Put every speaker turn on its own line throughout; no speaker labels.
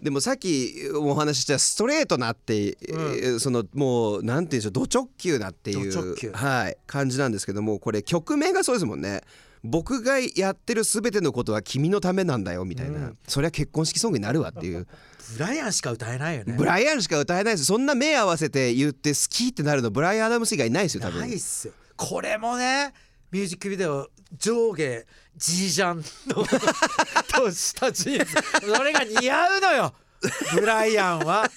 でもさっきお話ししたストレートなって、そのもうなんていうんでしょうド直球なってい
ド直球
う、はい、感じなんですけどもこれ曲名がそうですもんね僕がやってる全てのことは君のためなんだよみたいな、そりゃ結婚式ソングになるわっていう
ブライアンしか歌えないよね
ブライアンしか歌えないですそんな目合わせて言って好きってなるのブライアン・アダムス以外いないですよ多分
ないっすよこれもねミュージックビデオ上下ジージャンの としたジーンズそれが似合うのよブライアンは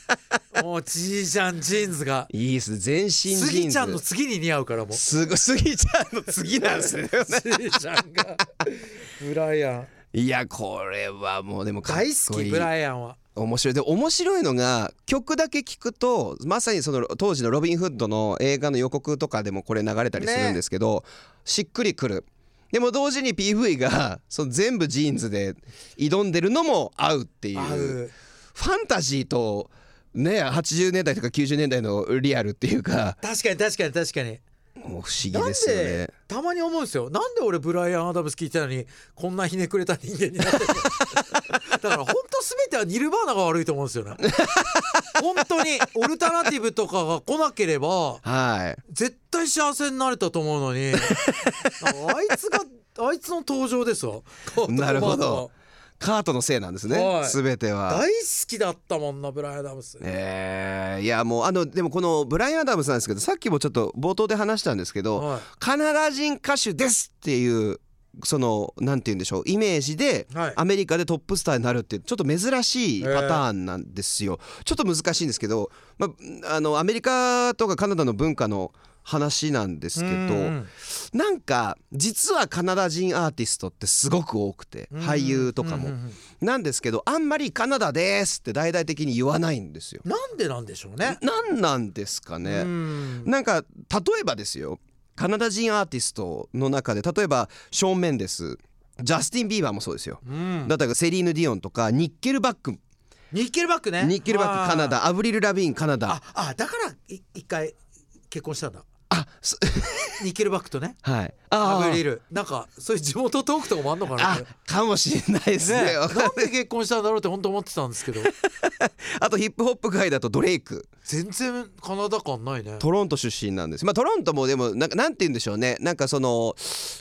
もうジージャンジーンズが
いいですね全身ジーンズ
スギちゃんの次に似合うから もうジ
すごいスギちゃんの次なんですね
ージャンがブライアン
いやこれはもうでもかっこ
大
いい
好きブライアンは
面白いで面白いのが曲だけ聞くとまさにその当時の「ロビン・フッド」の映画の予告とかでもこれ流れたりするんですけど、しっくりくるでも同時に PV がその全部ジーンズで挑んでるのも合うっていう
合う
ファンタジーとね80年代とか90年代のリアルっていうか
確かに確かに確かに
もう不思議
なん
ですよね
で。たまに思うんですよなんで俺ブライアン・アダムス聞いてたのにこんなひねくれた人間になってるの だから本当すべてはニルバーナが悪いと思うんですよね本当にオルタナティブとかが来なければ
はい
絶対幸せになれたと思うのにあいつがあいつの登場ですわ
なるほどカートのせいなんですね
はい
全ては。
大好きだったもんなブライアン・アダムス、
えーいやもうあのでもこのブライアン・アダムスなんですけどさっきもちょっと冒頭で話したんですけど、
は
カナダ人歌手ですっていうそのなんて言うんでしょうイメージで、
はい
アメリカでトップスターになるってちょっと珍しいパターンなんですよ、ちょっと難しいんですけど、まあ、あのアメリカとかカナダの文化の話なんですけど、
うん
なんか実はカナダ人アーティストってすごく多くて、俳優とかも、
うんうん
なんですけどあんまり「カナダです」って大々的に言わないんですよ。
なんでなんでしょうね
なんなんですかね、
うん
なんか例えばですよカナダ人アーティストの中で例えばショーン・メンデスジャスティン・ビーバーもそうですよ、
うん
だったらセリーヌ・ディオンとかニッケルバック
ニッケルバックね
ニッケルバックカナダアブリル・ラビーンカナダ
ああだからい一回結婚したんだ
あす
ニッケルバックとね
はいあ
ア
ー
ブリルなんかそういう地元トークとかもあんのかな
あ
ね
かもしれないですね
な
わ
ん
かんない
で結婚したんだろうって本当思ってたんですけど
あとヒップホップ界だとドレイク
全然カナダ感ないね
トロント出身なんです。まあトロントもでもなんかなんて言うんでしょうね。なんかその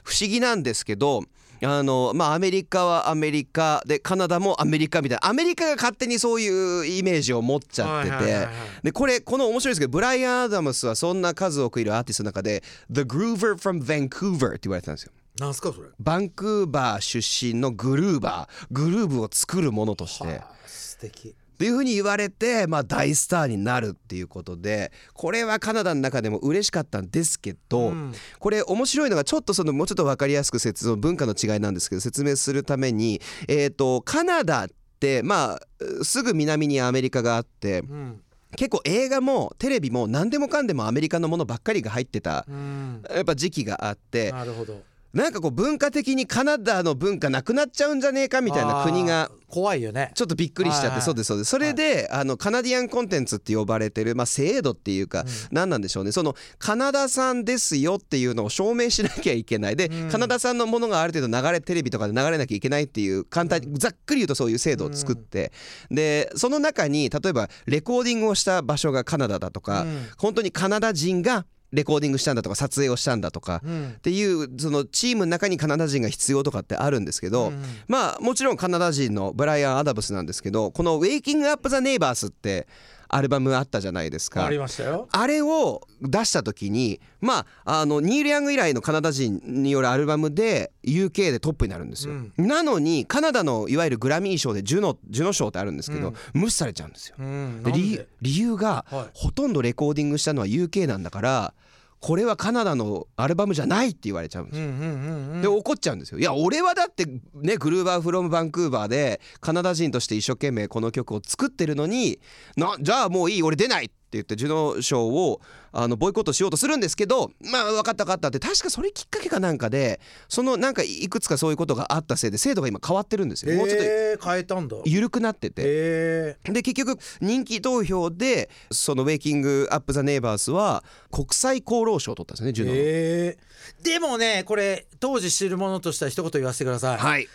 不思議なんですけど。あのまあ、アメリカはアメリカでカナダもアメリカみたいなアメリカが勝手にそういうイメージを持っちゃってて、
はいはいはいはい
でこれこの面白いですけどブライアン・アダムスはそんな数多くいるアーティストの中で「The Groover from Vancouver」って言われてたんですよ。
なんすかそれ
バンクーバー出身のグルーバーグルーブを作るものとして。
あ素敵
っていうふうに言われて、まあ、大スターになるっていうことでこれはカナダの中でも嬉しかったんですけど、これ面白いのがちょっとそのもうちょっと分かりやすく説その文化の違いなんですけど説明するために、えー、とカナダって、まあ、すぐ南にアメリカがあって
うん
結構映画もテレビも何でもかんでもアメリカのものばっかりが入ってた
うん
やっぱ時期があって
なるほど
なんかこう文化的にカナダの文化なくなっちゃうんじゃねえかみたいな国が
あー怖いよね
ちょっとびっくりしちゃっ
はい
て、
はい
そうですそうですそれで、あのカナディアンコンテンツって呼ばれてる、まあ、制度っていうか、何なんでしょうねそのカナダ産ですよっていうのを証明しなきゃいけないで、カナダ産のものがある程度流れテレビとかで流れなきゃいけないっていう簡単に、ざっくり言うとそういう制度を作って、でその中に例えばレコーディングをした場所がカナダだとか、
うん
本当にカナダ人がレコーディングしたんだとか撮影をしたんだとか、
うん
っていうそのチームの中にカナダ人が必要とかってあるんですけど、
うん
まあもちろんカナダ人のブライアン・アダムスなんですけどこの「ウェイキング・アップ・ザ・ネイバース」ってアルバムあったじゃないですか
あり。ましたよ
あれを出した時にまああのニール・ヤング以来のカナダ人によるアルバムで UK でトップになるんですよ、
うん
なのにカナダのいわゆるグラミー賞でジュノジュノ賞ってあるんですけど、無視されちゃうんですよ
うん
で
なん
理
で
理由が、
はい
ほとんどレコーディングしたのは UK なんだからこれはカナダのアルバムじゃないって言われちゃうんです
うん
よ、
うんうんうん
で怒っちゃうんですよいや俺はだってねグルーバーフロムバンクーバーでカナダ人として一生懸命この曲を作ってるのになじゃあもういい俺出ないって言ってジュノ賞をあのボイコットしようとするんですけどまあ分かった分かったって確かそれきっかけかなんかでそのなんかいくつかそういうことがあったせいで制度が今変わってるんですよ、もうちょっと
えー変えたんだ
緩くなってて
え
で結局人気投票でその「ウェイキング・アップ・ザ・ネイバース」は国際厚労省を取ったんですねジュノの、
えーでもねこれ当時知る者としては一言言わせてください、
はい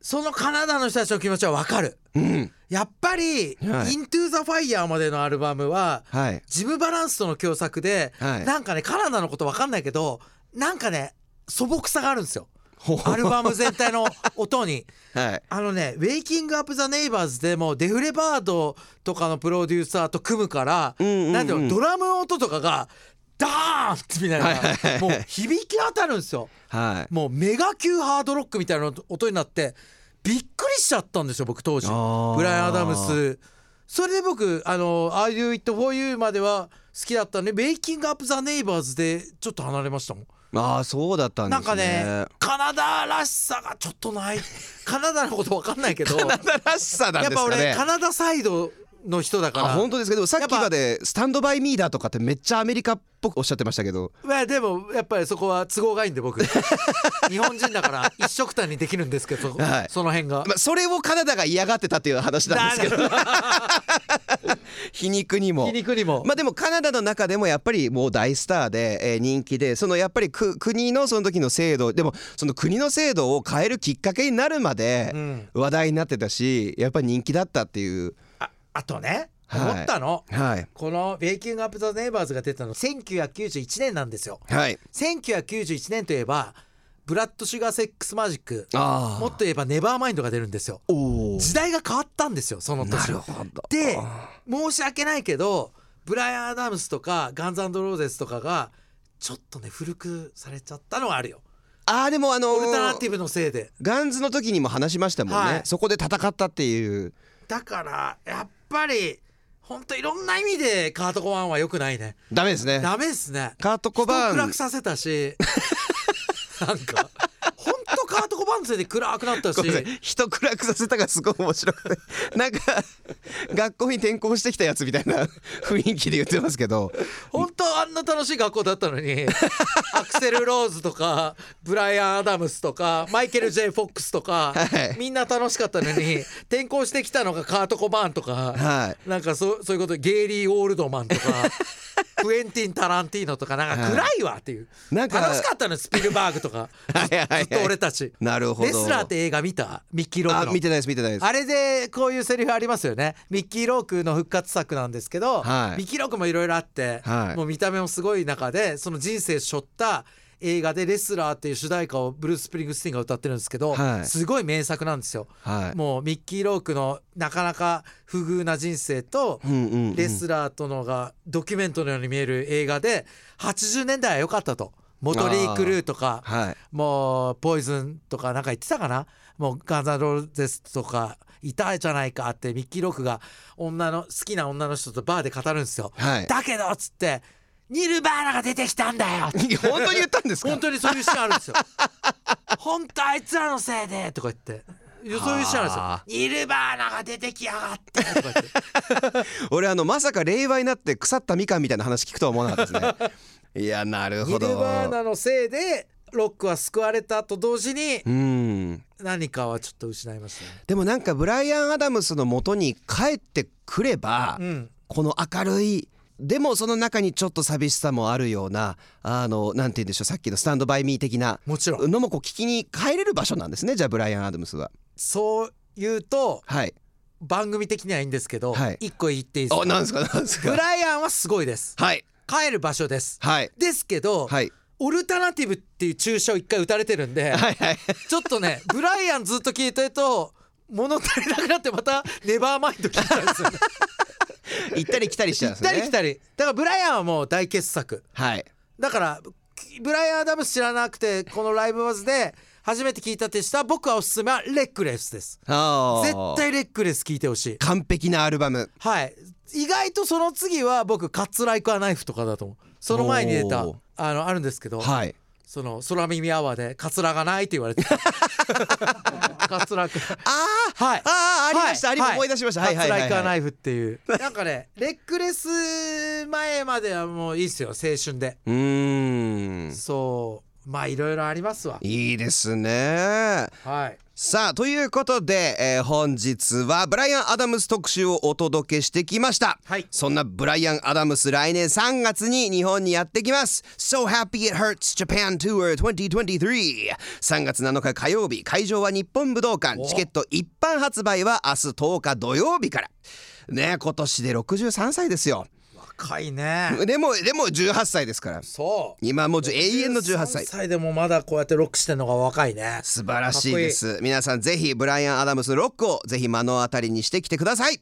そのカナダの人たちの気持ちはわかる、
うん
やっぱり「
はい
Into the Fire」までのアルバムは
はい
ジム・バランスとの共作で、
はい
なんかねカナダのことわかんないけどなんかね素朴さがあるんですよ
ほう
アルバム全体の音に。
はい
あのね「ウェイキング・アップ・ザ・ネイバーズ」でもデフレバードとかのプロデューサーと組むから、
うんうんうん
なんていうのドラムの音とかがダーンってみたいな、
はいはいはい
もう響き当たるんですよ
はい
もうメガ級ハードロックみたいな音になってびっくりしちゃったんですよ僕当時
あー
ブライアン・アダムスそれで僕「あの I do it for you」までは好きだったんで「ウェイキング・アップ・ザ・ネイバーズ」でちょっと離れましたもん
ああそうだったんで
なん
す
か
ね
ねカナダらしさがちょっとないカナダのことわかんない けど
らしさなん
や
です
っぱ
か
俺
ね
カナダサイドの人だ
あ
か
本当ですけどさっき
やっぱ
まで「スタンドバイミーだ」とかってめっちゃアメリカっぽくおっしゃってましたけど
らまあでもやっぱりそこは都合がいいん で僕日本人だから一緒くたにできるんですけど、
はい
その辺が
まあ、それをカナダが嫌がってたっていう話なんですけ ど皮肉にも
皮。肉にも、
まあでもカナダの中でもやっぱりもう大スターで、えー人気でそのやっぱりく国のその時の制度でもその国の制度を変えるきっかけになるまで
うん
話題になってたしやっぱり人気だったっていう
ああとね
はい
思ったの、
はい
この「ベイキング・アップ・ザ・ネイバーズ」が出たの1991年なんですよ
はい
1991年といえばブラッド・シュガー・セックス・マジック
ああ
もっと言えば「ネバーマインド」が出るんですよ
おお
時代が変わったんですよその年
なるほど
で申し訳ないけどブライアン・アダムスとかガンズ・アンド・ローゼスとかがちょっとね古くされちゃったのはあるよ
ああでもあの
オルタナテ
ー
ィブのせいで
ガンズの時にも話しましたもんね、
はい
そこで戦ったっていう
だからやっぱりほんといろんな意味でカート・コバーンは良くないね
ダメですね
ダメですね
カート・コ
人
バー
を暗
ン
くさせ たしなんかほんとカート・コバーンのせいで暗くなったし
ごめんなさい人暗くさせたがすごい面白くてなん か学校に転校してきたやつみたいな 雰囲気で言ってますけど
本当あんな楽しい学校だった のにアクセル・ローズとかブライアン・アダムスとかマイケル・ J ・フォックスとか、
はい
みんな楽しかったのに転校してきたのがカート・コバーンとか、
は
なんかそうそういうことゲイリー・オールドマ ンとかクエンティン・タランティーノとかなんか暗いわっていう、
なんか
楽しかったのよスピルバーグと
は
か
いはいはい
ずっと俺たち。
なるほど
レスラーって映画見たミッキー・ロー
あ
クの
見てないです見てないです
あれでこういうセリフありますよねミッキー・ロークの復活作なんですけど、
はい
ミッキー・ロークもいろいろあって、
はい
もう見た目もすごい中でその人生背負った映画で「レスラー」っていう主題歌をブルース・スプリングスティーンが歌ってるんですけど、
はい
すごい名作なんですよ。
はい
もうミッキー・ロークのなかなか不遇な人生と、
うんうんうん
レスラーとのがドキュメントのように見える映画で80年代は良かったと。モトリー・クルーとか
はい
もうポイズンとかなんか言ってたかなもうガンザンローゼスとかいたじゃないかってミッキー・ロークが女の好きな女の人とバーで語るんですよ、
はい
だけどっつってニルバーナが出てきたんだよ
いや 本当に言ったんですか
本当にそういうシーンあるんですよ本当あいつらのせいでとか言っていやそういうシーンあ
は
るんですよニルバーナが出てきやがってと か言って
俺あのまさか令和になって腐ったみかんみたいな話聞くとは思わなかったです ねいやなる
ニ
ほ
ルバー
ど
ナのせいでロックは救われたと同時に
うん
何かはちょっと失いましたね
でもなんかブライアン・アダムスの元に帰ってくれば、
ん
この明るいでもその中にちょっと寂しさもあるようなあのなんて言うんでしょうさっきの「スタンド・バイ・ミー」的な
もちろん
のもこう聞きに帰れる場所なんですねじゃあブライアン・アダムスは。
そう言うと
はい、
番組的にはいいんですけど、
はい
一個言っていいです
お
か
なんですかなんです
ブ
か
ライアンはすごいです
はい
帰る場所です
はい
ですけど、
はい
オルタナティブっていう注射を一回打たれてるんで、
はいはい
ちょっとねブライアンずっと聞いてると物足りなくなってまたネバーマインド聞いたんで すよ、ね、
行ったり来たりしちゃうん
行
で
っ
すね。
たり来たりだからブライアンはもう大傑作
はい
だからブライアン・アダムス知らなくてこのライブワーズで初めて聞いたってした僕はおすすめはレックレスです
あー
絶対レックレス聞いてほしい
完璧なアルバム
はい意外とその次は僕「カッツ・ライク・ア・ナイフ」とかだと思うその前に出た
おー
あのあるんですけど、
はい
その空耳アワーで「カツラがない」って言われ てカツラくん
あー
はい
あーありました、
は
ありました思い出しました、はいはいはい
カツライク・ア・
は
ナ
い
イフっていうなんかねレックレス前まではもういいっすよ青春で
うーん
そうまあいろいろありますわ
いいですね
はい
さあということで、えー本日はブライアン・アダムス特集をお届けしてきました、
はい
そんなブライアン・アダムス来年3月に日本にやってきます So Happy It Hurts Japan Tour 20233月7日火曜日会場は日本武道館チケット一般発売は明日10日土曜日からね今年で63歳ですよ
若いね
でもでも18歳ですから
そう
今もう永遠の18歳
13でもまだこうやってロックしてんのが若いね
素晴らしいです皆さんぜひブライアン・アダムスのロックをぜひ目の当たりにしてきてください